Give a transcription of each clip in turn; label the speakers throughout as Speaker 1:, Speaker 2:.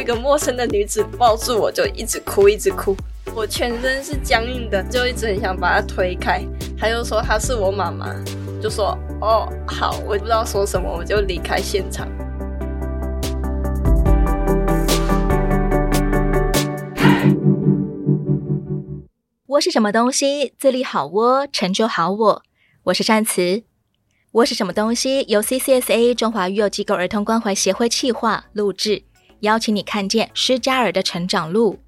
Speaker 1: 一个陌生的女子抱住我，就一直哭，一直哭。我全身是僵硬的，就一直很想把她推开。她就说她是我妈妈，就说哦好，我不知道说什么，我就离开现场。
Speaker 2: 窝是什么东西？自立好窝，成就好我。我是善慈。窝是什么东西？由 CCSA 中华育幼机构儿童关怀协会企划录制，邀请你看见施加尔的成长路。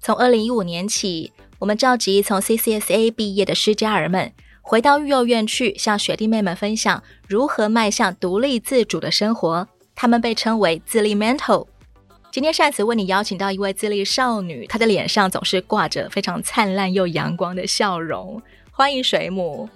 Speaker 2: 从二零一五年起，我们召集从 CCSA 毕业的施加尔们，回到育幼院去，向学弟妹们分享如何迈向独立自主的生活。他们被称为自立 mentor。今天上次为你邀请到一位自立少女，她的脸上总是挂着非常灿烂又阳光的笑容。欢迎水母，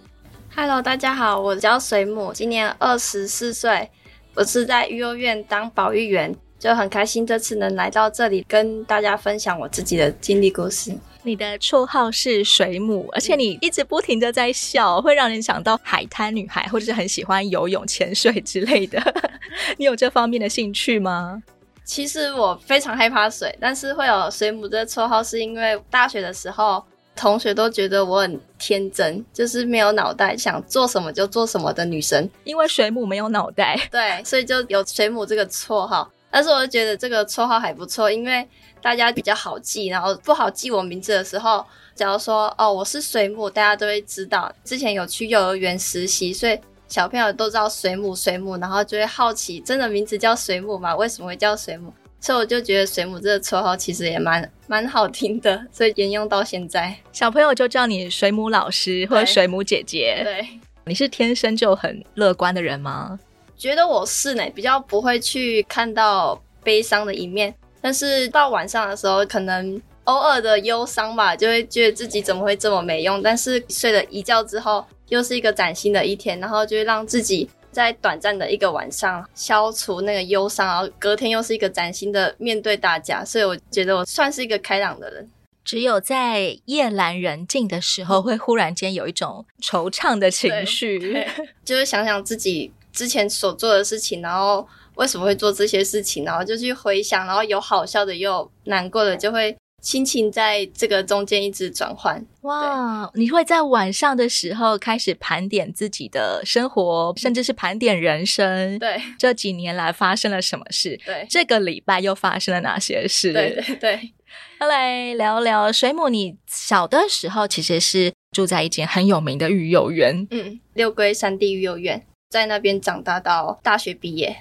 Speaker 1: Hello，大家好，我叫水母，今年二十四岁，我是在育幼院当保育员，就很开心这次能来到这里跟大家分享我自己的经历故事。
Speaker 2: 你的绰号是水母，而且你一直不停的在笑，会让人想到海滩女孩，或者是很喜欢游泳、潜水之类的。 你有这方面的兴趣吗？
Speaker 1: 其实我非常害怕水，但是会有水母这个绰号，是因为大学的时候同学都觉得我很天真，就是没有脑袋，想做什么就做什么的女生。
Speaker 2: 因为水母没有脑袋，
Speaker 1: 对，所以就有水母这个绰号。但是我就觉得这个绰号还不错，因为大家比较好记，然后不好记我名字的时候，假如说哦我是水母，大家都会知道。之前有去幼儿园实习，所以小朋友都知道水母水母，然后就会好奇，真的名字叫水母吗？为什么会叫水母？ 所以我就觉得水母这个绰号其实也蛮蛮好听的，所以沿用到现在。
Speaker 2: 小朋友就叫你水母老师或者
Speaker 1: 对
Speaker 2: 水母姐姐。
Speaker 1: 对。
Speaker 2: 你是天生就很乐观的人吗？
Speaker 1: 觉得我是呢，比较不会去看到悲伤的一面，但是到晚上的时候，可能偶尔的忧伤吧，就会觉得自己怎么会这么没用。但是睡了一觉之后，又是一个崭新的一天，然后就会让自己在短暂的一个晚上消除那个忧伤，然后隔天又是一个崭新的面对大家。所以我觉得我算是一个开朗的人，
Speaker 2: 只有在夜阑人静的时候，会忽然间有一种惆怅的情绪
Speaker 1: 对。就是想想自己之前所做的事情，然后为什么会做这些事情，然后就去回想，然后有好笑的，也有难过的，就会心情在这个中间一直转换。
Speaker 2: 哇，你会在晚上的时候开始盘点自己的生活，甚至是盘点人生。
Speaker 1: 对
Speaker 2: 这几年来发生了什么事？
Speaker 1: 对
Speaker 2: 这个礼拜又发生了哪些事？
Speaker 1: 对对对，
Speaker 2: 要来聊聊水母。你小的时候其实是住在一间很有名的育幼园。
Speaker 1: 嗯，六龟山地育幼院在那边长大到大学毕业。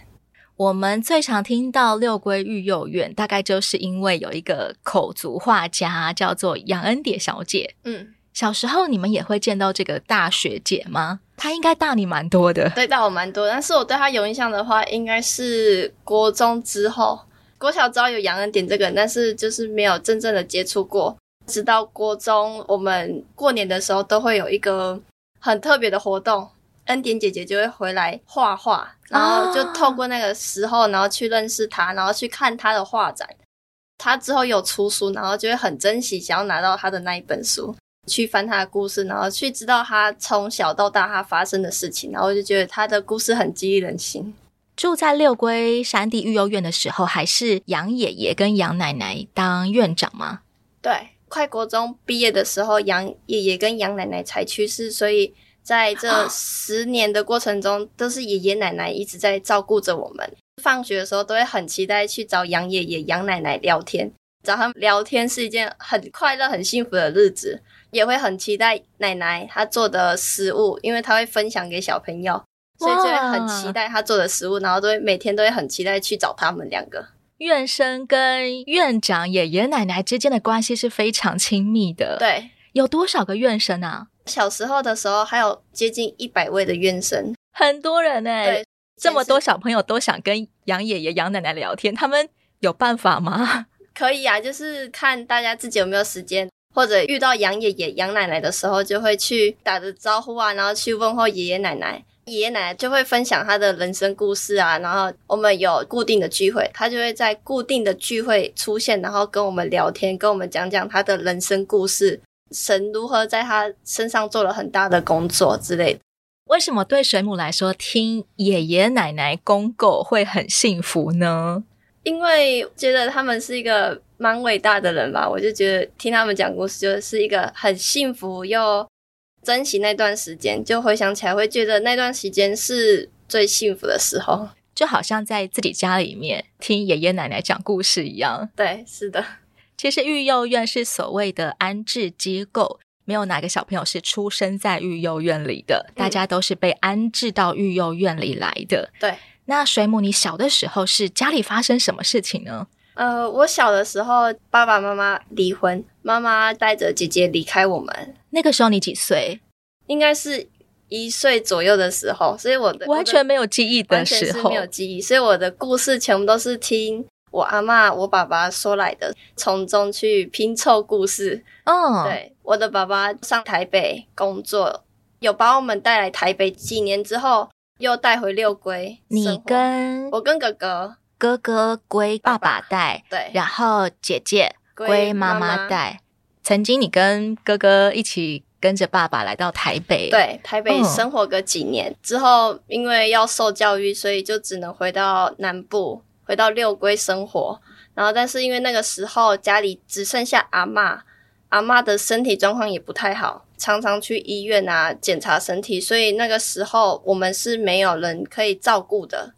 Speaker 2: 我们最常听到六龟育幼院，大概就是因为有一个口族画家叫做杨恩典小姐。
Speaker 1: 嗯，
Speaker 2: 小时候你们也会见到这个大学姐吗？她应该大你蛮多的。
Speaker 1: 对到我蛮多，但是我对他有印象的话，应该是国中之后，国小知道有杨恩典这个人，但是就是没有真正的接触过。直到国中，我们过年的时候都会有一个很特别的活动，恩典姐姐就会回来画画，然后就透过那个时候，然后去认识她，然后去看她的画展。她之后有出书，然后就会很珍惜，想要拿到她的那一本书，去翻她的故事，然后去知道她从小到大她发生的事情，然后我就觉得她的故事很激励人心。
Speaker 2: 住在六龟山地育幼院的时候，还是杨爷爷跟杨奶奶当院长吗？
Speaker 1: 对，快国中毕业的时候，杨爷爷跟杨奶奶才去世，所以在这十年的过程中，都是爷爷奶奶一直在照顾着我们。放学的时候都会很期待去找杨爷爷、杨奶奶聊天，找他们聊天是一件很快乐、很幸福的日子，也会很期待奶奶她做的食物，因为她会分享给小朋友，所以就会很期待她做的食物，然后都会每天都会很期待去找他们两个。
Speaker 2: 院生跟院长爷爷奶奶之间的关系是非常亲密的。，
Speaker 1: 对，
Speaker 2: 有多少个院生啊？
Speaker 1: 小时候的时候，还有接近一百位的怨生，
Speaker 2: 很多人哎、
Speaker 1: 对
Speaker 2: 这么多
Speaker 1: 其
Speaker 2: 小朋友都想跟杨爷爷、杨奶奶聊天，他们有办法吗？
Speaker 1: 实可以啊，就是看大家自己有没有时间，或者遇到杨爷爷、杨奶奶的时候，就会去打个招呼啊，然后去问候爷爷奶奶。爷爷奶奶就会分享他的人生故事啊，然后我们有固定的聚会，他就会在固定的聚会出现，然后跟我们聊天，跟我们讲讲他的人生故事，神如何在他身上做了很大的工作之类的。
Speaker 2: 为什么对水母来说，听爷爷奶奶公狗会很幸福呢？
Speaker 1: 因为觉得他们是一个蛮伟大的人吧，我就觉得听他们讲故事，就是一个很幸福又珍惜那段时间，就回想起来会觉得那段时间是最幸福的时候。
Speaker 2: 就好像在自己家里面听爷爷奶奶讲故事一样。
Speaker 1: 对，是的，
Speaker 2: 其实育幼院是所谓的安置机构，没有哪个小朋友是出生在育幼院里的，大家都是被安置到育幼院里来的。
Speaker 1: 对。
Speaker 2: 那水母，你小的时候是家里发生什么事情呢？
Speaker 1: 呃，我小的时候爸爸妈妈离婚，妈妈带着姐姐离开我们，
Speaker 2: 那个时候你几岁？
Speaker 1: 应该是一岁左右的时候，所以我的
Speaker 2: 完全没有记忆
Speaker 1: 完
Speaker 2: 的
Speaker 1: 全
Speaker 2: 时
Speaker 1: 是
Speaker 2: 候
Speaker 1: 没，有记忆，所以我的故事全部都是听我阿嬷、我爸爸说来的，从中去拼凑故事。
Speaker 2: 嗯，，
Speaker 1: 对，我的爸爸上台北工作，有把我们带来台北几年之后，又带回六龟生活。
Speaker 2: 你跟
Speaker 1: 我跟哥哥
Speaker 2: 哥哥归爸爸带，
Speaker 1: 对，
Speaker 2: 然后姐姐归妈
Speaker 1: 妈
Speaker 2: 妈带。曾经你跟哥哥一起跟着爸爸来到台北，，
Speaker 1: 对，台北
Speaker 2: 嗯
Speaker 1: 生活个几年、之后，因为要受教育，所以就只能回到南部，回到六龟生活。然后，但是因为那个时候家里只剩下阿嬷，阿嬷的身体状况也不太好，常常去医院啊检查身体，所以那个时候我们是没有人可以照顾的。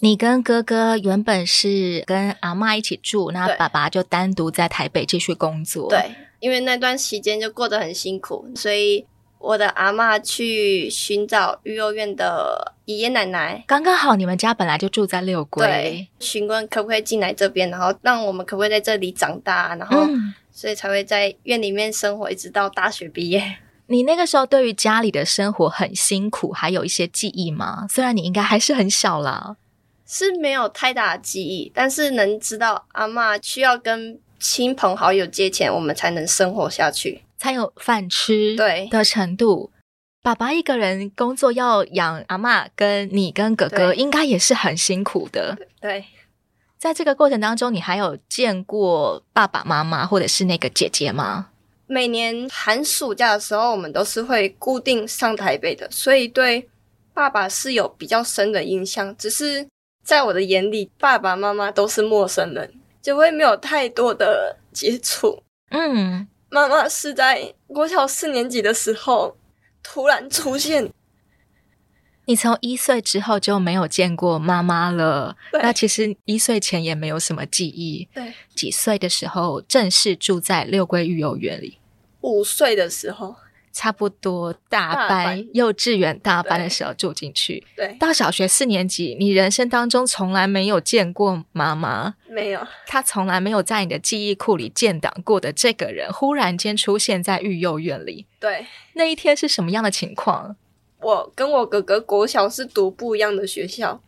Speaker 2: 你跟哥哥原本是跟阿嬷一起住，那
Speaker 1: 对
Speaker 2: 爸爸就单独在台北继续工作。，
Speaker 1: 对，因为那段期间就过得很辛苦，所以我的阿嬷去寻找育幼院的爷爷奶奶，
Speaker 2: 刚刚好你们家本来就住在六龟
Speaker 1: 对，，询问可不可以进来这边，然后让我们可不可以在这里长大，然后
Speaker 2: 嗯，
Speaker 1: 所以才会在院里面生活，一直到大学毕业。
Speaker 2: 你那个时候对于家里的生活很辛苦，还有一些记忆吗？虽然你应该还是很小啦。
Speaker 1: 是没有太大的记忆，但是能知道阿嬷需要跟亲朋好友借钱，我们才能生活下去。
Speaker 2: 才有饭吃
Speaker 1: 对
Speaker 2: 的程度。爸爸一个人工作要养阿嬷，跟你跟哥哥，
Speaker 1: 对
Speaker 2: 应该也是很辛苦的。
Speaker 1: 对，
Speaker 2: 在这个过程当中，你还有见过爸爸妈妈或者是那个姐姐吗？
Speaker 1: 嗯每年寒暑假的时候，我们都是会固定上台北的，所以对爸爸是有比较深的印象。只是在我的眼里，爸爸妈妈都是陌生人，就会没有太多的接触。
Speaker 2: 嗯，
Speaker 1: 妈妈是在国小四年级的时候突然出现，
Speaker 2: 你从一岁之后就没有见过妈妈了。
Speaker 1: 对
Speaker 2: 那其实一岁前也没有什么记忆。
Speaker 1: 对，
Speaker 2: 几岁的时候正式住在六龟育幼园里？
Speaker 1: 五岁的时候，
Speaker 2: 差不多大班
Speaker 1: 大班
Speaker 2: 幼稚园大班的
Speaker 1: 对
Speaker 2: 时候住进去，
Speaker 1: 对，
Speaker 2: 到小学四年级，你人生当中从来没有见过妈妈，
Speaker 1: 没有，
Speaker 2: 她从来没有在你的记忆库里建档过的这个人，忽然间出现在育幼院里，
Speaker 1: 对
Speaker 2: 那一天是什么样的情况？
Speaker 1: 我跟我哥哥国小是读不一样的学校，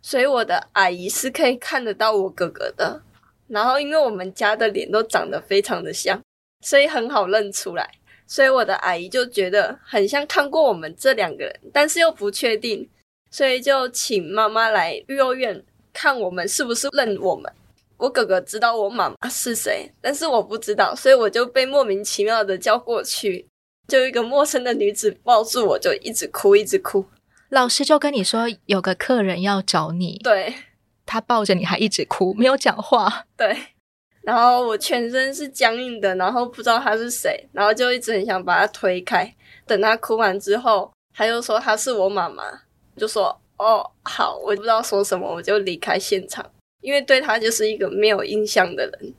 Speaker 1: 所以我的阿姨是可以看得到我哥哥的。然后因为我们家的脸都长得非常的像，所以很好认出来。所以我的阿姨就觉得很像看过我们这两个人，但是又不确定，所以就请妈妈来幼儿园看我们是不是认我们。我哥哥知道我妈妈是谁，但是我不知道，所以我就被莫名其妙的叫过去，就一个陌生的女子抱住我，就一直哭，一直哭。
Speaker 2: 老师就跟你说有个客人要找你，
Speaker 1: 对
Speaker 2: 他抱着你还一直哭，没有讲话。
Speaker 1: 对，然后我全身是僵硬的，然后不知道她是谁，然后就一直很想把她推开。等她哭完之后，她就说她是我妈妈，就说哦好，我不知道说什么，我就离开现场，因为对她就是一个没有印象的人。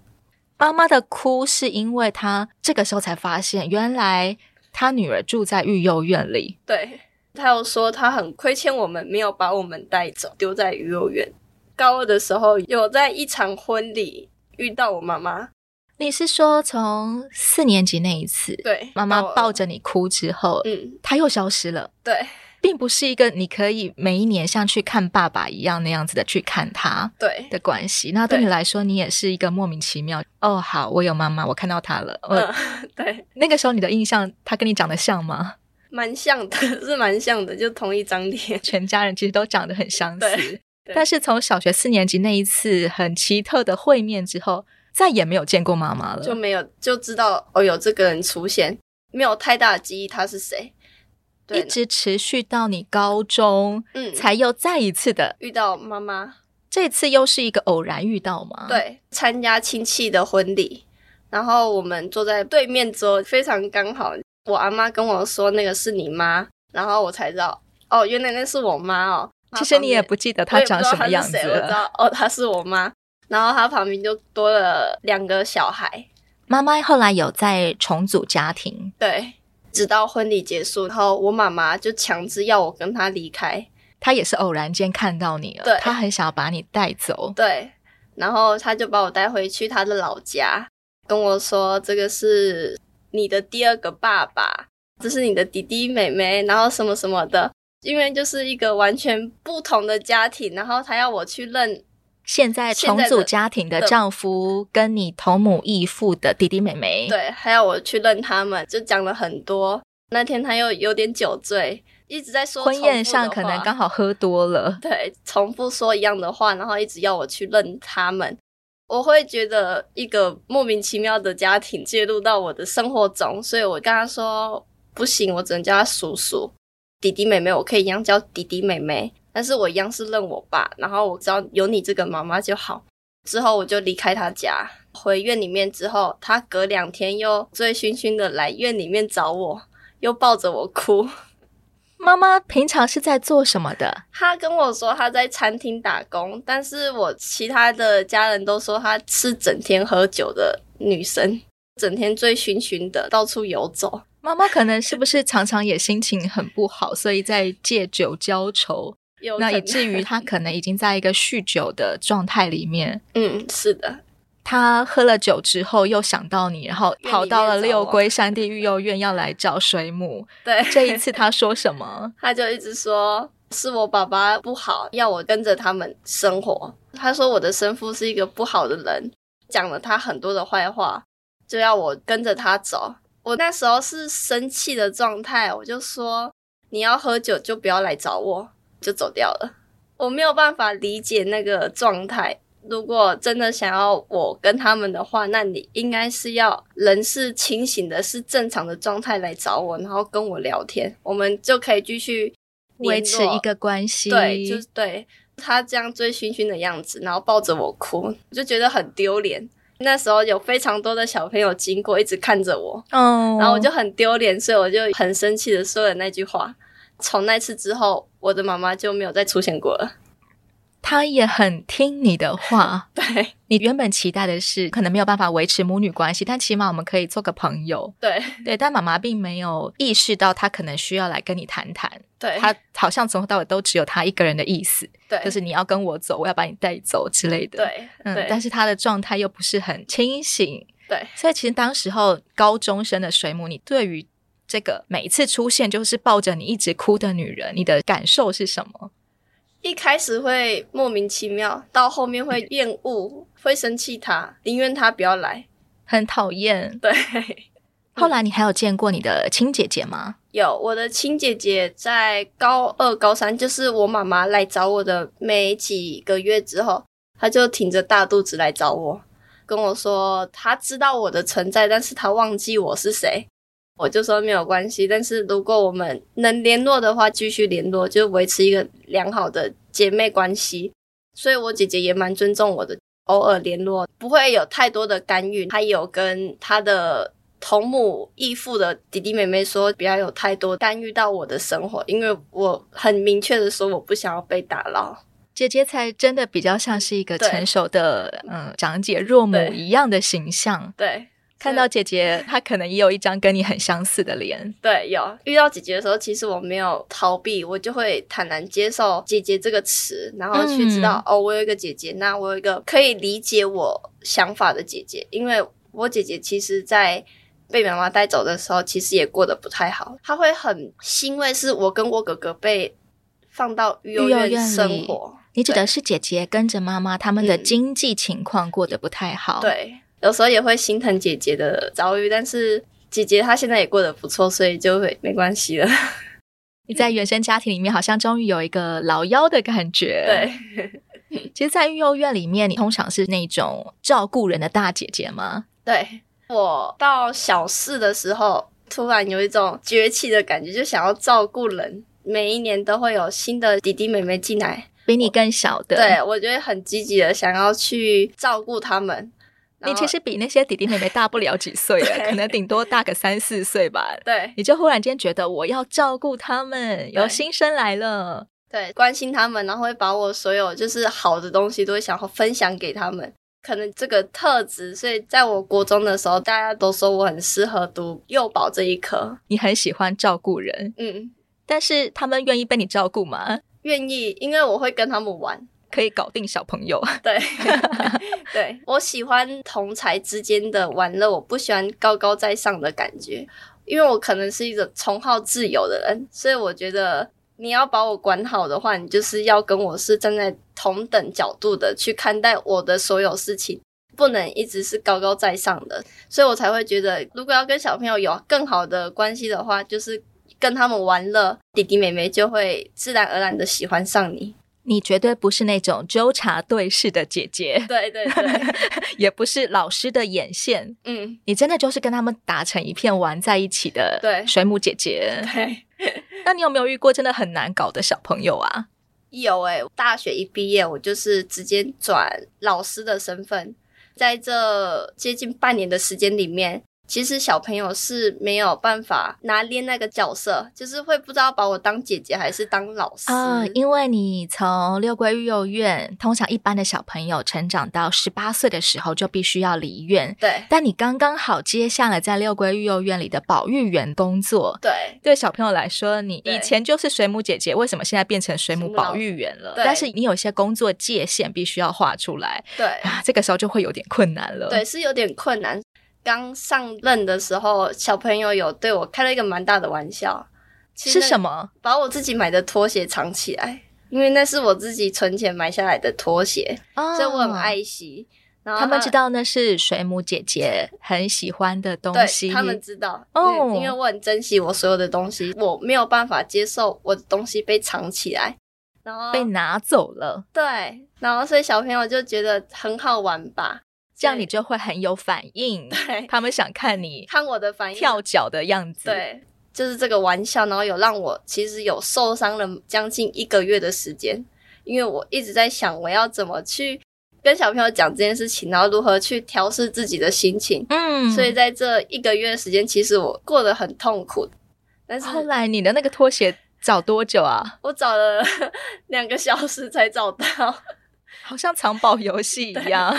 Speaker 2: 妈妈的哭是因为她这个时候才发现，原来她女儿住在育幼院里。
Speaker 1: 对，他又说他很亏欠我们，没有把我们带走，丢在育幼院。高二的时候，有在一场婚礼遇到我妈妈，
Speaker 2: 你是说从四年级那一次，
Speaker 1: 对，
Speaker 2: 妈妈
Speaker 1: 高二
Speaker 2: 抱，着你哭之后，
Speaker 1: 嗯，
Speaker 2: 她又消失了，
Speaker 1: 对
Speaker 2: 并不是一个你可以每一年像去看爸爸一样那样子的去看她
Speaker 1: 对
Speaker 2: 的关系。那对你
Speaker 1: 对
Speaker 2: 来说，你也是一个莫名其妙。哦，好，我有妈妈，我看到她了。我、
Speaker 1: 嗯 对，
Speaker 2: 那个时候你的印象，她跟你长得像吗？
Speaker 1: 蛮像的，是蛮像的，就同一张 脸。
Speaker 2: 全家人其实都长得很相似
Speaker 1: 对，对
Speaker 2: 但是从小学四年级那一次很奇特的会面之后，再也没有见过妈妈了。
Speaker 1: 就没有就知道哦，有这个人出现，没有太大的记忆他是谁。
Speaker 2: 一
Speaker 1: 对，
Speaker 2: 直持续到你高中，
Speaker 1: 嗯，
Speaker 2: 才又再一次的
Speaker 1: 遇到妈妈，
Speaker 2: 这次又是一个偶然遇到吗？，
Speaker 1: 对，参加亲戚的婚礼，然后我们坐在对面桌，非常刚好。我阿妈跟我说那个是你妈，然后我才知道，哦，原来那是我妈哦。
Speaker 2: 其实你也不记得
Speaker 1: 她
Speaker 2: 他
Speaker 1: 旁边
Speaker 2: 长什么样子
Speaker 1: 我也不知道她是谁我知
Speaker 2: 了。
Speaker 1: 道哦，她是我妈。然后她旁边就多了两个小孩，
Speaker 2: 妈妈后来有在重组家庭，
Speaker 1: 对。直到婚礼结束，然后我妈妈就强制要我跟她离开，
Speaker 2: 她也是偶然间看到你了
Speaker 1: 对，
Speaker 2: 她很想要把你带走。
Speaker 1: 对，然后她就把我带回去她的老家，跟我说这个是你的第二个爸爸，这是你的弟弟妹妹，然后什么什么的，因为就是一个完全不同的家庭，然后她要我去认
Speaker 2: 现在
Speaker 1: 现
Speaker 2: 重
Speaker 1: 在
Speaker 2: 组
Speaker 1: 的
Speaker 2: 家庭的丈夫跟你同母异父的弟弟妹妹，
Speaker 1: 对，还要我去认他们，就讲了很多。那天他又有点酒醉，一直在说
Speaker 2: 婚宴上
Speaker 1: 重复
Speaker 2: 可
Speaker 1: 的话
Speaker 2: 能刚好喝多 了，
Speaker 1: 对重复说一样的话，然后一直要我去认他们。我会觉得一个莫名其妙的家庭介入到我的生活中，所以我跟他说不行，我只能叫他叔叔、弟弟、妹妹，我可以一样叫弟弟、妹妹，但是我一样是认我爸，然后我只要有你这个妈妈就好。之后我就离开他家，回院里面之后，他隔两天又醉醺醺的来院里面找我，又抱着我哭。
Speaker 2: 妈妈平常是在做什么的？
Speaker 1: 他跟我说他在餐厅打工，但是我其他的家人都说她是整天喝酒的女生，整天醉醺醺的到处游走。
Speaker 2: 妈妈可能是不是常常也心情很不好，所以在借酒浇愁，
Speaker 1: 有
Speaker 2: 那
Speaker 1: 可
Speaker 2: 以
Speaker 1: 能
Speaker 2: 至于她可能已经在一个酗酒的状态里面。
Speaker 1: 嗯，是的，
Speaker 2: 她喝了酒之后又想到你，然后
Speaker 1: 院里
Speaker 2: 跑到了
Speaker 1: 面找
Speaker 2: 六
Speaker 1: 我
Speaker 2: 龟山地育幼院要来找 水母。
Speaker 1: 对，
Speaker 2: 这一次她说什么？
Speaker 1: 他就一直说是我爸爸不好，要我跟着他们生活。他说我的生父是一个不好的人，讲了他很多的坏话，就要我跟着他走。我那时候是生气的状态，我就说你要喝酒就不要来找我，就走掉了。我没有办法理解那个状态。如果真的想要我跟他们的话，那你应该是要人是清醒的，是正常的状态来找我，然后跟我聊天，我们就可以继续
Speaker 2: 维
Speaker 1: 联络
Speaker 2: 持一个关系，
Speaker 1: 对，就是对他这样醉醺醺的样子，然后抱着我哭，我就觉得很丢脸。那时候有非常多的小朋友经过，一直看着我，
Speaker 2: 嗯，
Speaker 1: 然后我就很丢脸，所以我就很生气的说了那句话。从那次之后，我的妈妈就没有再出现过了。
Speaker 2: 她也很听你的话。
Speaker 1: 对
Speaker 2: 你原本期待的是可能没有办法维持母女关系，但起码我们可以做个朋友。
Speaker 1: 对
Speaker 2: 对，但妈妈并没有意识到她可能需要来跟你谈谈，
Speaker 1: 对，
Speaker 2: 她好像从头到尾都只有她一个人的意思，
Speaker 1: 对
Speaker 2: 就是你要跟我走，我要把你带走之类的。，
Speaker 1: 对
Speaker 2: 嗯
Speaker 1: 对，
Speaker 2: 但是她的状态又不是很清醒，
Speaker 1: 对
Speaker 2: 所以其实当时候高中生的水母，你对于这个每一次出现就是抱着你一直哭的女人，你的感受是什么？
Speaker 1: 一开始会莫名其妙，到后面会厌恶，会生气他，宁愿他不要来。
Speaker 2: 很讨厌。
Speaker 1: 对，嗯
Speaker 2: 后来你还有见过你的亲姐姐吗？
Speaker 1: 有我的亲姐姐在高二、高三，就是我妈妈来找我的每几个月之后，她就挺着大肚子来找我，跟我说她知道我的存在，但是她忘记我是谁。我就说没有关系，但是如果我们能联络的话，继续联络，就维持一个良好的姐妹关系。所以我姐姐也蛮尊重我的，偶尔联络不会有太多的干预。她有跟她的同母异父的弟弟妹妹说，不要有太多干预到我的生活，因为我很明确的说我不想要被打扰。
Speaker 2: 姐姐才真的比较像是一个
Speaker 1: 对
Speaker 2: 成熟的，嗯，长姐若母
Speaker 1: 对
Speaker 2: 一样的形象。
Speaker 1: 对，
Speaker 2: 看到姐姐，她可能也有一张跟你很相似的脸。
Speaker 1: 对有遇到姐姐的时候，其实我没有逃避，我就会坦然接受“姐姐”这个词，然后去知道、哦，我有一个姐姐，那我有一个可以理解我想法的姐姐，因为我姐姐其实，在。被妈妈带走的时候，其实也过得不太好。她会很欣慰，是我跟我哥哥被放到育幼
Speaker 2: 育幼院里
Speaker 1: 生活。
Speaker 2: 你指的是姐姐跟着妈妈，他们的经济情况过得不太
Speaker 1: 嗯
Speaker 2: 好。，
Speaker 1: 对，有时候也会心疼姐姐的遭遇，但是姐姐她现在也过得不错，所以就会没关系了。
Speaker 2: 你在原生家庭里面好像终于有一个老幺的感觉。
Speaker 1: 对，
Speaker 2: 对，其实，在育幼院里面，你通常是那种照顾人的大姐姐吗？
Speaker 1: 对我到小四的时候，突然有一种崛起的感觉，就想要照顾人。每一年都会有新的弟弟妹妹进来，
Speaker 2: 比你更小的，
Speaker 1: 对，我觉得很积极的想要去照顾他们。然
Speaker 2: 你
Speaker 1: 后
Speaker 2: 其实比那些弟弟妹妹大不了几岁了，
Speaker 1: 对
Speaker 2: 可能顶多大个三四岁吧。
Speaker 1: 对
Speaker 2: 你就忽然间觉得我要照顾他们，有新生来了，
Speaker 1: 对，关心他们，然后会把我所有就是好的东西都会想要分享给他们。可能这个特质，所以在我国中的时候，大家都说我很适合读幼保这一科。
Speaker 2: 你很喜欢照顾人，
Speaker 1: 嗯，
Speaker 2: 但是他们愿意被你照顾吗？
Speaker 1: 愿意，因为我会跟他们玩。
Speaker 2: 可以搞定小朋友，
Speaker 1: 对，对我喜欢同才之间的玩乐，我不喜欢高高在上的感觉，因为我可能是一个崇好自由的人，所以我觉得你要把我管好的话，你就是要跟我是站在同等角度的去看待我的所有事情。不能一直是高高在上的，所以我才会觉得，如果要跟小朋友有更好的关系的话，就是跟他们玩乐，弟弟妹妹就会自然而然的喜欢上你。
Speaker 2: 你绝对不是那种纠察队式的姐姐，
Speaker 1: 对对对，
Speaker 2: 也不是老师的眼线，
Speaker 1: 嗯，
Speaker 2: 你真的就是跟他们打成一片玩在一起的，
Speaker 1: 对
Speaker 2: 水母 姐姐。
Speaker 1: 对。
Speaker 2: 那你有没有遇过真的很难搞的小朋友啊？
Speaker 1: 有诶、大学一毕业，我就是直接转老师的身份，在这接近半年的时间里面，其实小朋友是没有办法拿捏那个角色，就是会不知道把我当姐姐还是当老师。
Speaker 2: 啊、因为你从六龟幼儿园，通常一般的小朋友成长到十八岁的时候就必须要离院，
Speaker 1: 对
Speaker 2: 但你刚刚好接下了在六龟幼儿园里的保育员工作。
Speaker 1: 对
Speaker 2: 对小朋友来说，你
Speaker 1: 对
Speaker 2: 以前就是水母姐姐，为什么现在变成水母保育员了？
Speaker 1: 对
Speaker 2: 但是你有一些工作界限必须要画出来
Speaker 1: 对
Speaker 2: 啊，这个时候就会有点困难了。
Speaker 1: 对，，是有点困难。刚上任的时候，小朋友有对我开了一个蛮大的玩笑，其实
Speaker 2: 是
Speaker 1: 那
Speaker 2: 什么？
Speaker 1: 把我自己买的拖鞋藏起来，因为那是我自己存钱买下来的拖鞋。
Speaker 2: 哦
Speaker 1: 所以我很爱惜。然后
Speaker 2: 他们知道那是水母 姐姐很喜欢的东西，
Speaker 1: 对，他们知道
Speaker 2: 哦
Speaker 1: 嗯因为我很珍惜我所有的东西，我没有办法接受我的东西被藏起来。然后
Speaker 2: 被拿走了。
Speaker 1: 对，然后所以小朋友就觉得很好玩吧，
Speaker 2: 这样你就会很有反应，
Speaker 1: 对，
Speaker 2: 他们想看你
Speaker 1: 看我的反应，
Speaker 2: 跳脚的样子。，
Speaker 1: 对，就是这个玩笑，然后有让我其实有受伤了将近一个月的时间，因为我一直在想我要怎么去跟小朋友讲这件事情，然后如何去调试自己的心情。
Speaker 2: 嗯，
Speaker 1: 所以在这一个月的时间，其实我过得很痛苦。但是
Speaker 2: 后来你的那个拖鞋找多久啊？
Speaker 1: 我找了 两个小时才找到，
Speaker 2: 好像藏宝 游戏一样。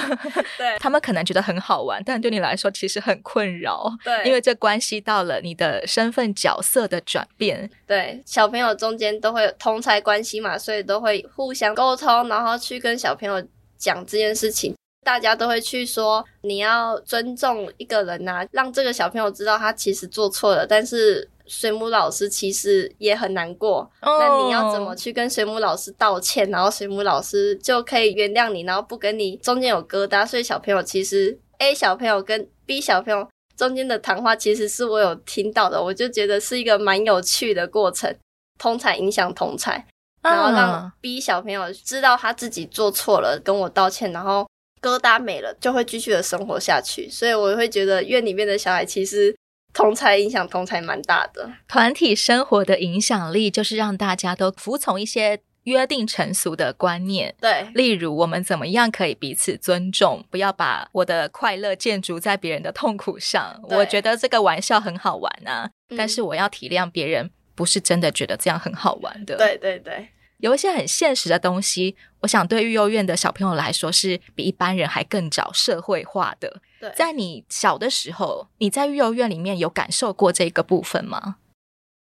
Speaker 1: 对
Speaker 2: 他们可能觉得很好玩，但对你来说其实很困扰，
Speaker 1: 对，
Speaker 2: 因为这关系到了你的身份角色的转变。
Speaker 1: 对小朋友中间都会有同才关系嘛，所以都会互相沟通，然后去跟小朋友讲这件事情。大家都会去说，你要尊重一个人呐、让这个小朋友知道他其实做错了，但是水母老师其实也很难过，那你要怎么
Speaker 2: 哦？
Speaker 1: 去跟水母老师道歉？然后水母老师就可以原谅你，然后不跟你中间有疙瘩。所以小朋友其实 A 小朋友跟 B 小朋友中间的谈话，其实是我有听到的，我就觉得是一个蛮有趣的过程。同才影响同才，然后让
Speaker 2: 啊
Speaker 1: B 小朋友知道他自己做错了，跟我道歉，然后疙瘩没了，就会继续的生活下去。所以我会觉得院里面的小孩其实同才影响同才蛮大的。
Speaker 2: 团体生活的影响力，就是让大家都服从一些约定成俗的观念。
Speaker 1: 对，
Speaker 2: 例如，我们怎么样可以彼此尊重，不要把我的快乐建筑在别人的痛苦上？
Speaker 1: 对
Speaker 2: 我觉得这个玩笑很好玩啊，但是
Speaker 1: 嗯
Speaker 2: 我要体谅别人不是真的觉得这样很好玩的。，
Speaker 1: 对对对。
Speaker 2: 有一些很现实的东西，我想对育幼院的小朋友来说是比一般人还更早社会化的。
Speaker 1: 对，
Speaker 2: 在你小的时候，你在育幼院里面有感受过这个部分吗？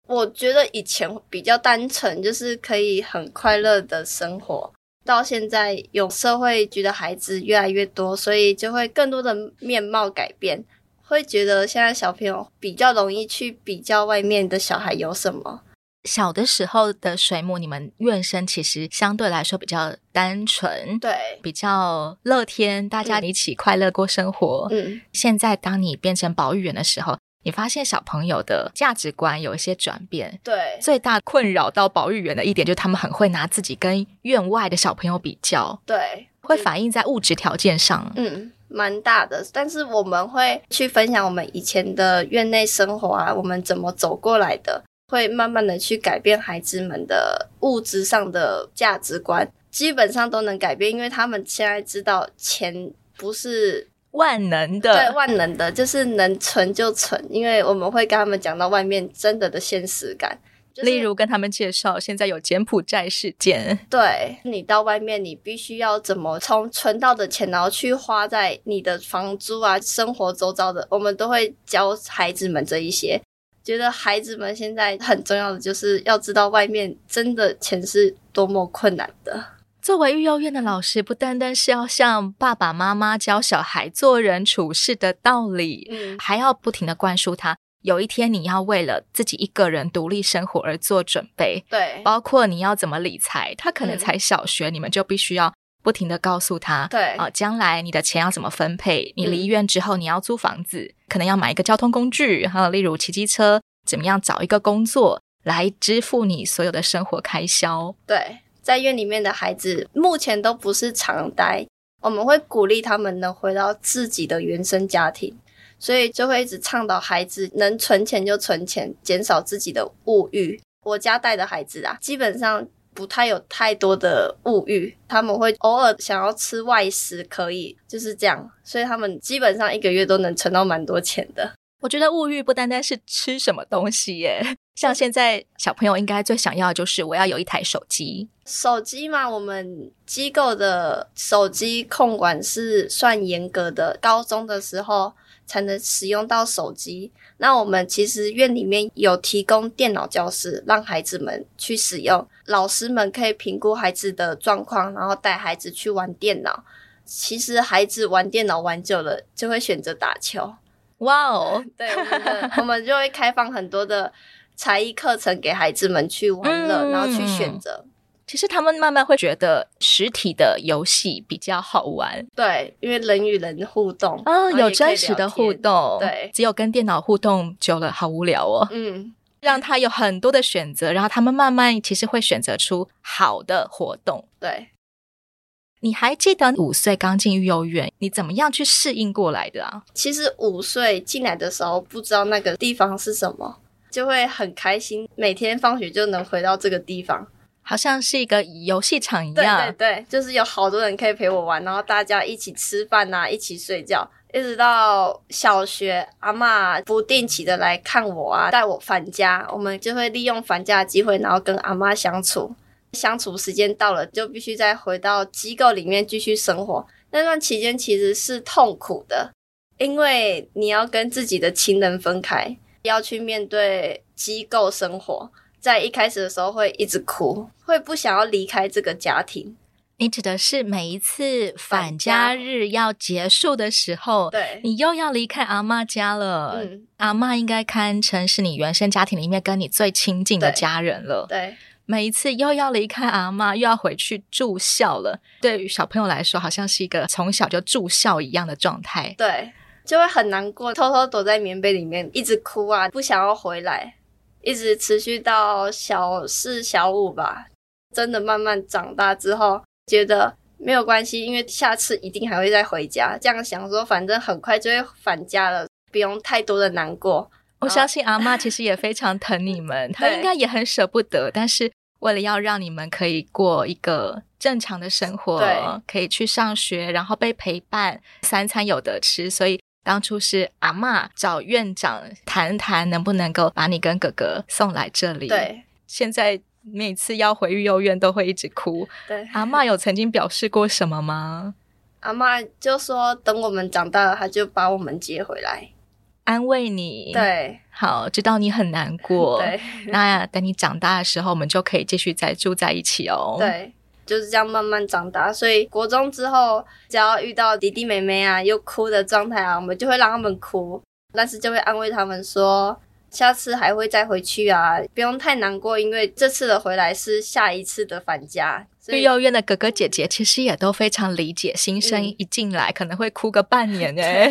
Speaker 1: 我觉得以前比较单纯，就是可以很快乐的生活。到现在有社会局的孩子越来越多，所以就会更多的面貌改变，会觉得现在小朋友比较容易去比较外面的小孩有什么。
Speaker 2: 小的时候的水母，你们院生其实相对来说比较单纯，
Speaker 1: 对，
Speaker 2: 比较乐天，大家一起快乐过生活。
Speaker 1: 嗯，
Speaker 2: 现在当你变成保育员的时候，你发现小朋友的价值观有一些转变。
Speaker 1: 对，
Speaker 2: 最大困扰到保育员的一点就是，他们很会拿自己跟院外的小朋友比较，
Speaker 1: 对，
Speaker 2: 会反映在物质条件上。
Speaker 1: 嗯，蛮大的。但是我们会去分享我们以前的院内生活啊，我们怎么走过来的，会慢慢的去改变孩子们的物质上的价值观。基本上都能改变，因为他们现在知道钱不是
Speaker 2: 万能
Speaker 1: 对
Speaker 2: 的，
Speaker 1: 万能的，就是能存就存，因为我们会跟他们讲到外面真的的现实感。就是
Speaker 2: 例如跟他们介绍现在有柬埔寨事件，
Speaker 1: 对你到外面，你必须要怎么从存到的钱，然后去花在你的房租啊、生活周遭的，我们都会教孩子们这一些。觉得孩子们现在很重要的就是要知道外面真的钱是多么困难的。
Speaker 2: 作为育幼院的老师，不单单是要向爸爸妈妈教小孩做人处事的道理，
Speaker 1: 嗯，
Speaker 2: 还要不停的灌输他，有一天你要为了自己一个人独立生活而做准备，
Speaker 1: 对
Speaker 2: 包括你要怎么理财。他可能
Speaker 1: 嗯
Speaker 2: 才小学，你们就必须要不停的告诉他，
Speaker 1: 对
Speaker 2: 啊、将来你的钱要怎么分配？你
Speaker 1: 嗯
Speaker 2: 离院之后，你要租房子，可能要买一个交通工具，还有例如骑机车，怎么样找一个工作来支付你所有的生活开销？
Speaker 1: 对，在院里面的孩子目前都不是常待，我们会鼓励他们能回到自己的原生家庭，所以就会一直倡导孩子能存钱就存钱，减少自己的物欲。我家带的孩子啊，基本上不太有太多的物欲，他们会偶尔想要吃外食，可以就是这样，所以他们基本上一个月都能存到蛮多钱的。
Speaker 2: 我觉得物欲不单单是吃什么东西耶，像现在小朋友应该最想要的就是我要有一台手机，
Speaker 1: 手机嘛，我们机构的手机控管是算严格的，高中的时候才能使用到手机。那我们其实院里面有提供电脑教室，让孩子们去使用，老师们可以评估孩子的状况，然后带孩子去玩电脑。其实孩子玩电脑玩久了，就会选择打球。
Speaker 2: 哇哦！
Speaker 1: 对，我们的我们就会开放很多的才艺课程给孩子们去玩乐，
Speaker 2: 嗯
Speaker 1: 然后去选择。
Speaker 2: 其实他们慢慢会觉得实体的游戏比较好玩
Speaker 1: 对，因为人与人互动
Speaker 2: 哦，
Speaker 1: 然后也可以
Speaker 2: 有真实的互
Speaker 1: 聊
Speaker 2: 动。
Speaker 1: 对
Speaker 2: 只有跟电脑互动久了，好无聊哦。
Speaker 1: 天。嗯，
Speaker 2: 让他有很多的选择，然后他们慢慢其实会选择出好的活动。
Speaker 1: 对，
Speaker 2: 你还记得五岁刚进育幼园，你怎么样去适应过来的啊？
Speaker 1: 其实五岁进来的时候不知道那个地方是什么，就会很开心，每天放学就能回到这个地方。
Speaker 2: 好像是一个游戏场一
Speaker 1: 对对
Speaker 2: 样，
Speaker 1: 对，就是有好多人可以陪我玩，然后大家一起吃饭呐、一起睡觉，一直到小学，阿嬷不定期的来看我啊，带我返家，我们就会利用返家的机会，然后跟阿嬷相处。相处时间到了，就必须再回到机构里面继续生活。那段期间其实是痛苦的，因为你要跟自己的亲人分开，要去面对机构生活。在一开始的时候会一直哭，会不想要离开这个家庭。
Speaker 2: 你指的是每一次返
Speaker 1: 返家
Speaker 2: 家日要结束的时候，
Speaker 1: 对，
Speaker 2: 你又要离开阿嬷家了。
Speaker 1: 嗯，
Speaker 2: 阿嬷应该堪称是你原生家庭里面跟你最亲近的
Speaker 1: 对
Speaker 2: 家人了。
Speaker 1: 对
Speaker 2: 每一次又要离开阿嬷，又要回去住校了，对于小朋友来说，好像是一个从小就住校一样的状态。
Speaker 1: 对，就会很难过，偷偷躲在棉被里面一直哭啊，不想要回来，一直持续到小四、小五吧。真的慢慢长大之后，觉得没有关系，因为下次一定还会再回家。这样想说，反正很快就会返家了，不用太多的难过。
Speaker 2: 我
Speaker 1: 啊
Speaker 2: 相信阿嬷其实也非常疼你们，她应该也很舍不得，但是为了要让你们可以过一个正常的生活
Speaker 1: 对，
Speaker 2: 可以去上学，然后被陪伴，三餐有得吃，所以。当初是阿嬷找院长谈谈，能不能够把你跟哥哥送来这里。，
Speaker 1: 对
Speaker 2: 现在每次要回育幼院都会一直哭。
Speaker 1: 对，
Speaker 2: 阿嬷有曾经表示过什么吗？
Speaker 1: 阿嬷就说等我们长大了，她就把我们接回来。
Speaker 2: 安慰
Speaker 1: 嗯
Speaker 2: 你，，
Speaker 1: 对
Speaker 2: 好，知道你很难过，
Speaker 1: 对
Speaker 2: 那等你长大的时候，我们就可以继续再住在一起哦。，
Speaker 1: 对，就是这样慢慢长大。所以国中之后，只要遇到弟弟妹妹啊又哭的状态啊，我们就会让他们哭，但是就会安慰他们说，下次还会再回去啊，不用太难过，因为这次的回来是下一次的返家。所
Speaker 2: 育
Speaker 1: 以
Speaker 2: 幼院的哥哥姐姐其实也都非常理解，新生
Speaker 1: 嗯
Speaker 2: 一进来可能会哭个半年哎。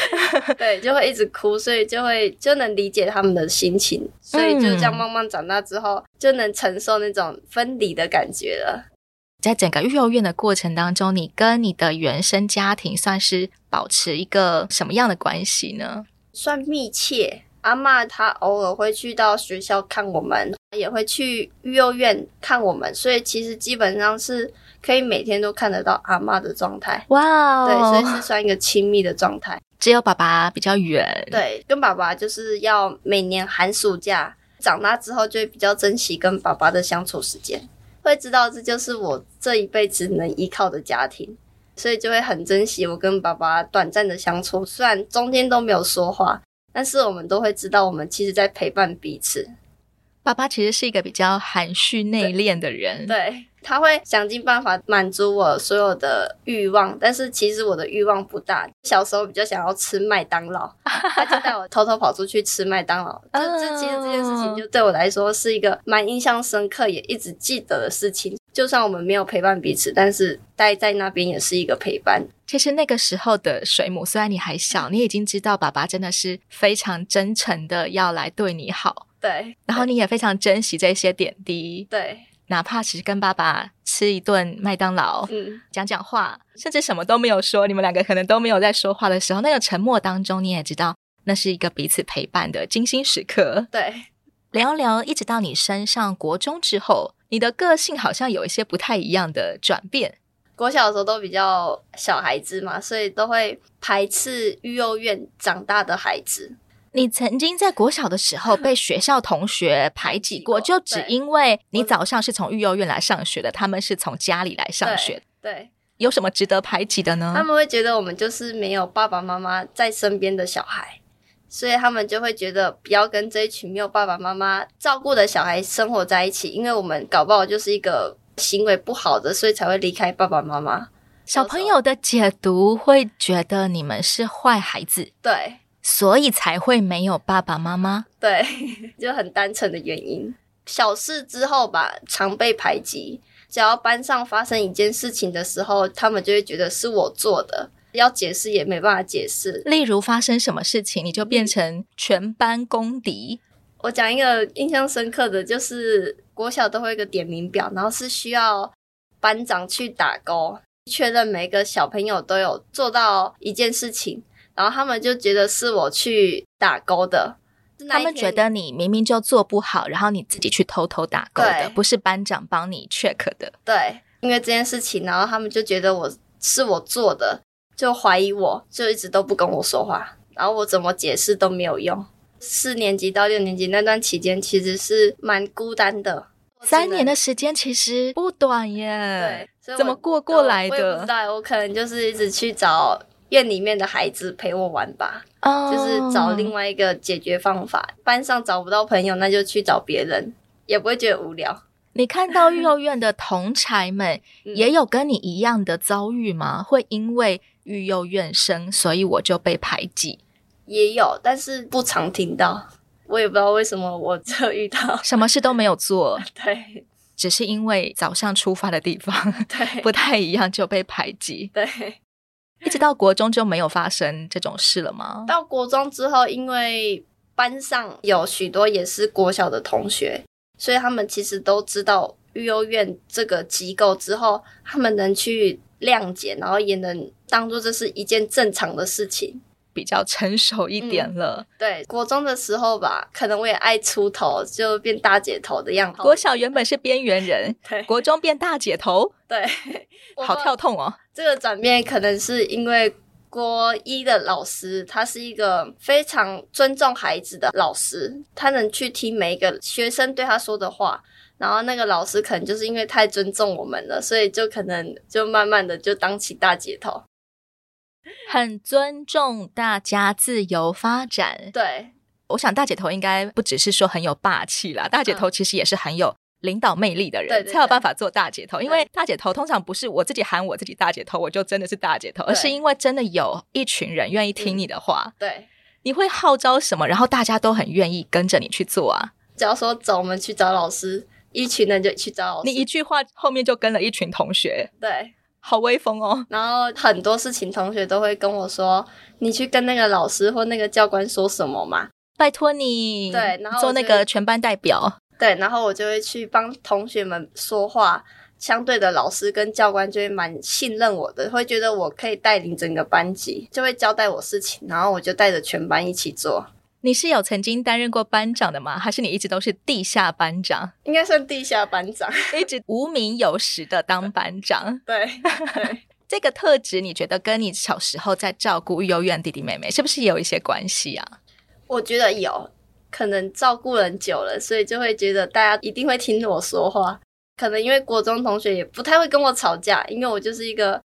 Speaker 1: 对，就会一直哭，所以就会就能理解他们的心情，所以就这样
Speaker 2: 嗯
Speaker 1: 慢慢长大之后，就能承受那种分离的感觉了。
Speaker 2: 在整个育幼院的过程当中，你跟你的原生家庭算是保持一个什么样的关系呢？
Speaker 1: 算密切，阿嬷她偶尔会去到学校看我们，也会去幼儿园看我们，所以其实基本上是可以每天都看得到阿嬷的状态。
Speaker 2: 哇
Speaker 1: 对，所
Speaker 2: 哦，
Speaker 1: 以是算一个亲密的状态。
Speaker 2: 只有爸爸比较远，
Speaker 1: 对，跟爸爸就是要每年寒暑假，长大之后就会比较珍惜跟爸爸的相处时间，会知道这就是我这一辈子能依靠的家庭，所以就会很珍惜我跟爸爸短暂的相处。虽然中间都没有说话，但是我们都会知道，我们其实在陪伴彼此。
Speaker 2: 爸爸其实是一个比较含蓄内敛的人，
Speaker 1: 对，他会想尽办法满足我所有的欲望，但是其实我的欲望不大。小时候比较想要吃麦当 劳，他就带我偷偷跑出去吃麦当劳。这
Speaker 2: 嗯
Speaker 1: 这其实这件事情就对我来说是一个蛮印象深刻，也一直记得的事情。就算我们没有陪伴彼此，但是待在那边也是一个陪伴。
Speaker 2: 其实那个时候的水母，虽然你还小，你已经知道爸爸真的是非常真诚的要来对你好，
Speaker 1: 对
Speaker 2: 然后你也非常珍惜这些点滴，
Speaker 1: 对，
Speaker 2: 哪怕只是跟爸爸吃一顿麦当劳、
Speaker 1: 嗯，
Speaker 2: 讲讲话，甚至什么都没有说，你们两个可能都没有在说话的时候，那个沉默当中，你也知道那是一个彼此陪伴的精心时刻。
Speaker 1: 对。
Speaker 2: 聊聊，一直到你升上国中之后，你的个性好像有一些不太一样的转变。
Speaker 1: 国小的时候都比较小孩子嘛，所以都会排斥幼儿园长大的孩子。
Speaker 2: 你曾经在国小的时候被学校同学排挤过，
Speaker 1: 排挤过
Speaker 2: 就只因为你早上是从育幼院来上学的，他们是从家里来上学，
Speaker 1: 对，
Speaker 2: 有什么值得排挤的
Speaker 1: 他
Speaker 2: 呢？
Speaker 1: 们会觉得我们就是没有爸爸妈妈在身边的小孩，所以他们就会觉得不要跟这一群没有爸爸妈妈照顾的小孩生活在一起，因为我们搞不好就是一个行为不好的，所以才会离开爸爸妈妈。
Speaker 2: 小朋友的解读会觉得你们是坏孩子，
Speaker 1: 对
Speaker 2: 所以才会没有爸爸妈妈。
Speaker 1: 对， 就很单纯的原因。小事之后吧，常被排挤。只要班上发生一件事情的时候，他们就会觉得是我做的，要解释也没办法解释。
Speaker 2: 例如发生什么事情，你就变成全班公敌。
Speaker 1: 我讲一个印象深刻的，就是国小都会有一个点名表，然后是需要班长去打勾，确认每个小朋友都有做到一件事情，然后他们就觉得是我去打勾的。是那
Speaker 2: 他
Speaker 1: 一
Speaker 2: 们觉
Speaker 1: 天
Speaker 2: 得你明明就做不好，然后你自己去偷偷打勾的，
Speaker 1: 对
Speaker 2: 不是班长帮你 check 的。
Speaker 1: 对，因为这件事情，然后他们就觉得我是我做的，就怀疑我，就一直都不跟我说话，然后我怎么解释都没有用。四年级到六年级那段期间，其实是蛮孤单的。我只
Speaker 2: 三年
Speaker 1: 能
Speaker 2: 的时间其实不短耶
Speaker 1: 对，，所以
Speaker 2: 怎
Speaker 1: 我
Speaker 2: 么过过来
Speaker 1: 我也不知
Speaker 2: 的？
Speaker 1: 道，我可能就是一直去找院里面的孩子陪我玩吧，
Speaker 2: 哦
Speaker 1: 就是找另外一个解决方法。班上找不到朋友，那就去找别人，也不会觉得无聊。
Speaker 2: 你看到育幼院的同才们
Speaker 1: 嗯
Speaker 2: 也有跟你一样的遭遇吗？会因为育幼院生，所以我就被排挤？
Speaker 1: 也有，但是不常听到。我也不知道为什么我这遇到，
Speaker 2: 什么事都没有 做，
Speaker 1: 对
Speaker 2: 只是因为早上出发的地 方
Speaker 1: 对
Speaker 2: 不太一样就被排挤。
Speaker 1: 对。
Speaker 2: 一直到国中就没有发生这种事了吗？
Speaker 1: 到国中之后，因为班上有许多也是国小的同学，所以他们其实都知道育幼院这个机构之后，他们能去谅解，然后也能当做这是一件正常的事情。
Speaker 2: 比较成熟一点了，
Speaker 1: 对，国中的时候吧，可能我也爱出头，就变大姐头的样子。
Speaker 2: 国小原本是边缘人，
Speaker 1: 对
Speaker 2: 国中变大姐头，
Speaker 1: 对，
Speaker 2: 好跳痛哦。
Speaker 1: 这个转变可能是因为国一的老师，他是一个非常尊重孩子的老师，他能去听每一个学生对他说的话。然后那个老师可能就是因为太尊重我们了，所以就可能就慢慢的就当起大姐头。
Speaker 2: 很尊重大家自由发展。
Speaker 1: 对
Speaker 2: 我想大姐头应该不只是说很有霸气啦，大姐头其实也是很有领导魅力的人，
Speaker 1: 嗯对对对
Speaker 2: 才有办法做大姐头。因为
Speaker 1: 对
Speaker 2: 大姐头通常不是我自己喊我自己大姐头，我就真的是大姐头，而是因为真的有一群人愿意
Speaker 1: 嗯
Speaker 2: 听你的话，
Speaker 1: 对，
Speaker 2: 你会号召什么，然后大家都很愿意跟着你去做啊。
Speaker 1: 只要说走，我们去找老师，一群人就去找老
Speaker 2: 你
Speaker 1: 师。
Speaker 2: 一句话后面就跟了一群同学，
Speaker 1: 对，
Speaker 2: 好威风哦！
Speaker 1: 然后很多事情同学都会跟我说，你去跟那个老师或那个教官说什么嘛。
Speaker 2: 拜托你，
Speaker 1: 对然后我
Speaker 2: 做那
Speaker 1: 觉得
Speaker 2: 个全班代表，
Speaker 1: 对，然后我就会去帮同学们说话。相对的，老师跟教官就会蛮信任我的，会觉得我可以带领整个班级，就会交代我事情，然后我就带着全班一起做。
Speaker 2: 你是有曾经担任过班长的吗？还是你一直都是地下班长，
Speaker 1: 应该算地下班长。
Speaker 2: 一直无名有实的当班长？
Speaker 1: 对 对，
Speaker 2: 这个特质，你觉得跟你小时候在照顾幼儿园弟弟妹妹是不是也有一些关系啊？
Speaker 1: 我觉得有可能照顾人久了，所以就会觉得大家一定会听我说话。可能因为国中同学也不太会跟我吵架，因为我就是一个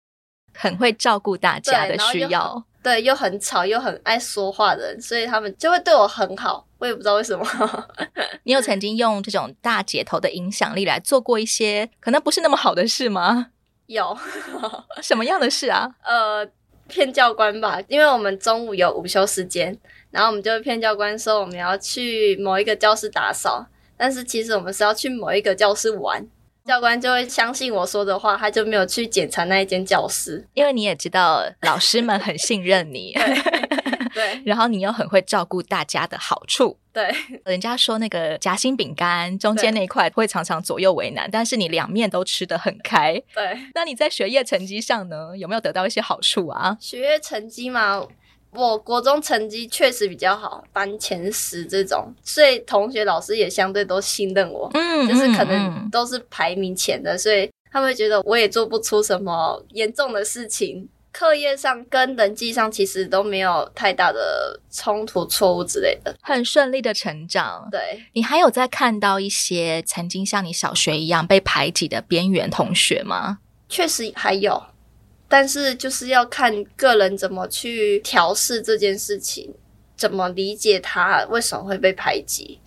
Speaker 2: 很会照顾大家的
Speaker 1: 对然后
Speaker 2: 需
Speaker 1: 又
Speaker 2: 要，
Speaker 1: 对又很吵又很爱说话的人，所以他们就会对我很好。我也不知道为什么，
Speaker 2: 你有曾经用这种大姐头的影响力来做过一些可能不是那么好的事吗？
Speaker 1: 有
Speaker 2: 什么样的事啊？
Speaker 1: 呃骗教官吧，因为我们中午有午休时间，然后我们就骗教官说我们要去某一个教室打扫，但是其实我们是要去某一个教室玩。教官就会相信我说的话，他就没有去检查那一间教室。
Speaker 2: 因为你也知道老师们很信任 你，
Speaker 1: 对
Speaker 2: 然后你又很会照顾大家的好处。
Speaker 1: 对
Speaker 2: 人家说那个夹心饼干中间
Speaker 1: 对
Speaker 2: 那一块会常常左右为难，但是你两面都吃得很开。
Speaker 1: 对，
Speaker 2: 那你在学业成绩上呢，有没有得到一些好处啊？
Speaker 1: 学业成绩嘛，我国中成绩确实比较好，班前十这种，所以同学老师也相对都信任我，
Speaker 2: 嗯
Speaker 1: 就是可能都是排名前的，所以他们会觉得我也做不出什么严重的事情。课业上跟人际上其实都没有太大的冲突、错误之类的。
Speaker 2: 很顺利的成长。
Speaker 1: 对，
Speaker 2: 你还有在看到一些曾经像你小学一样被排挤的边缘同学吗？
Speaker 1: 确实还有，但是就是要看个人怎么去调试这件事情，怎么理解他为什么会被排挤。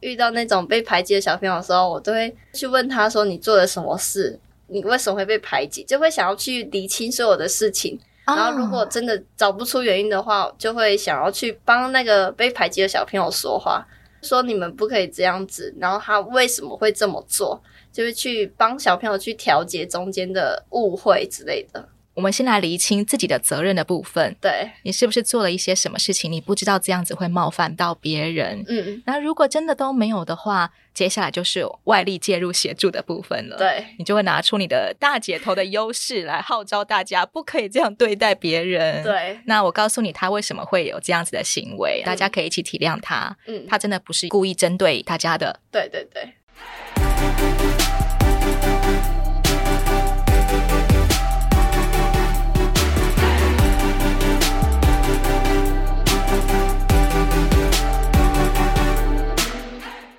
Speaker 1: 遇到那种被排挤的小朋友的时候，我都会去问他说：“你做了什么事？你为什么会被排挤？”就会想要去理清所有的事情。然后，如果
Speaker 2: 哦
Speaker 1: 真的找不出原因的话，就会想要去帮那个被排挤的小朋友说话，说你们不可以这样子，然后他为什么会这么做，就是去帮小朋友去调节中间的误会之类的。
Speaker 2: 我们先来厘清自己的责任的部分，
Speaker 1: 对，
Speaker 2: 你是不是做了一些什么事情？你不知道这样子会冒犯到别人。
Speaker 1: 嗯，
Speaker 2: 那如果真的都没有的话，接下来就是外力介入协助的部分了。。
Speaker 1: 对，
Speaker 2: 你就会拿出你的大姐头的优势来号召大家，不可以这样对待别人。。
Speaker 1: 对，
Speaker 2: 那我告诉你，他为什么会有这样子的行为，大家可以一起体谅他。
Speaker 1: 嗯，
Speaker 2: 他真的不是故意针对大家的。
Speaker 1: 对对对，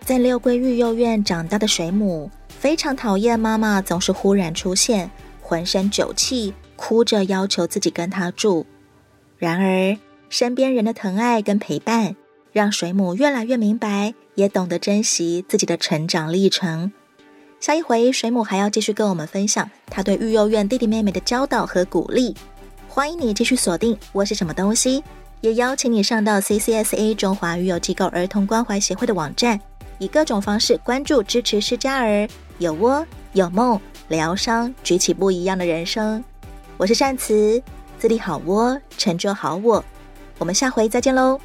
Speaker 3: 在六龟育幼院长大的水母，非常讨厌妈妈总是忽然出现，浑身酒气，哭着要求自己跟她住。然而，身边人的疼爱跟陪伴，让水母越来越明白，也懂得珍惜自己的成长历程。下一回，水母还要继续跟我们分享她对育幼院弟弟妹妹的教导和鼓励。欢迎你继续锁定《我是什么东西》，也邀请你上到 CCSA 中华育幼机构儿童关怀协会的网站。以各种方式关注支持施加儿，有窝有梦，疗伤，举起不一样的人生。我是善慈，自立好窝，成就好我。我们下回再见喽，